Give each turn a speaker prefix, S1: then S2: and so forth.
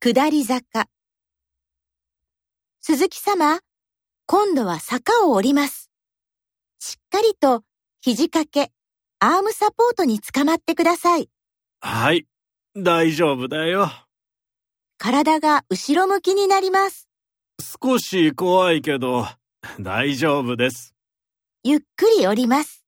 S1: 下り坂。鈴木様、今度は坂を降ります。しっかりと肘掛け、アームサポートにつかまってください。
S2: はい、大丈夫だよ。
S1: 体が後ろ向きになります。
S2: 少し怖いけど、大丈夫です。
S1: ゆっくり降ります。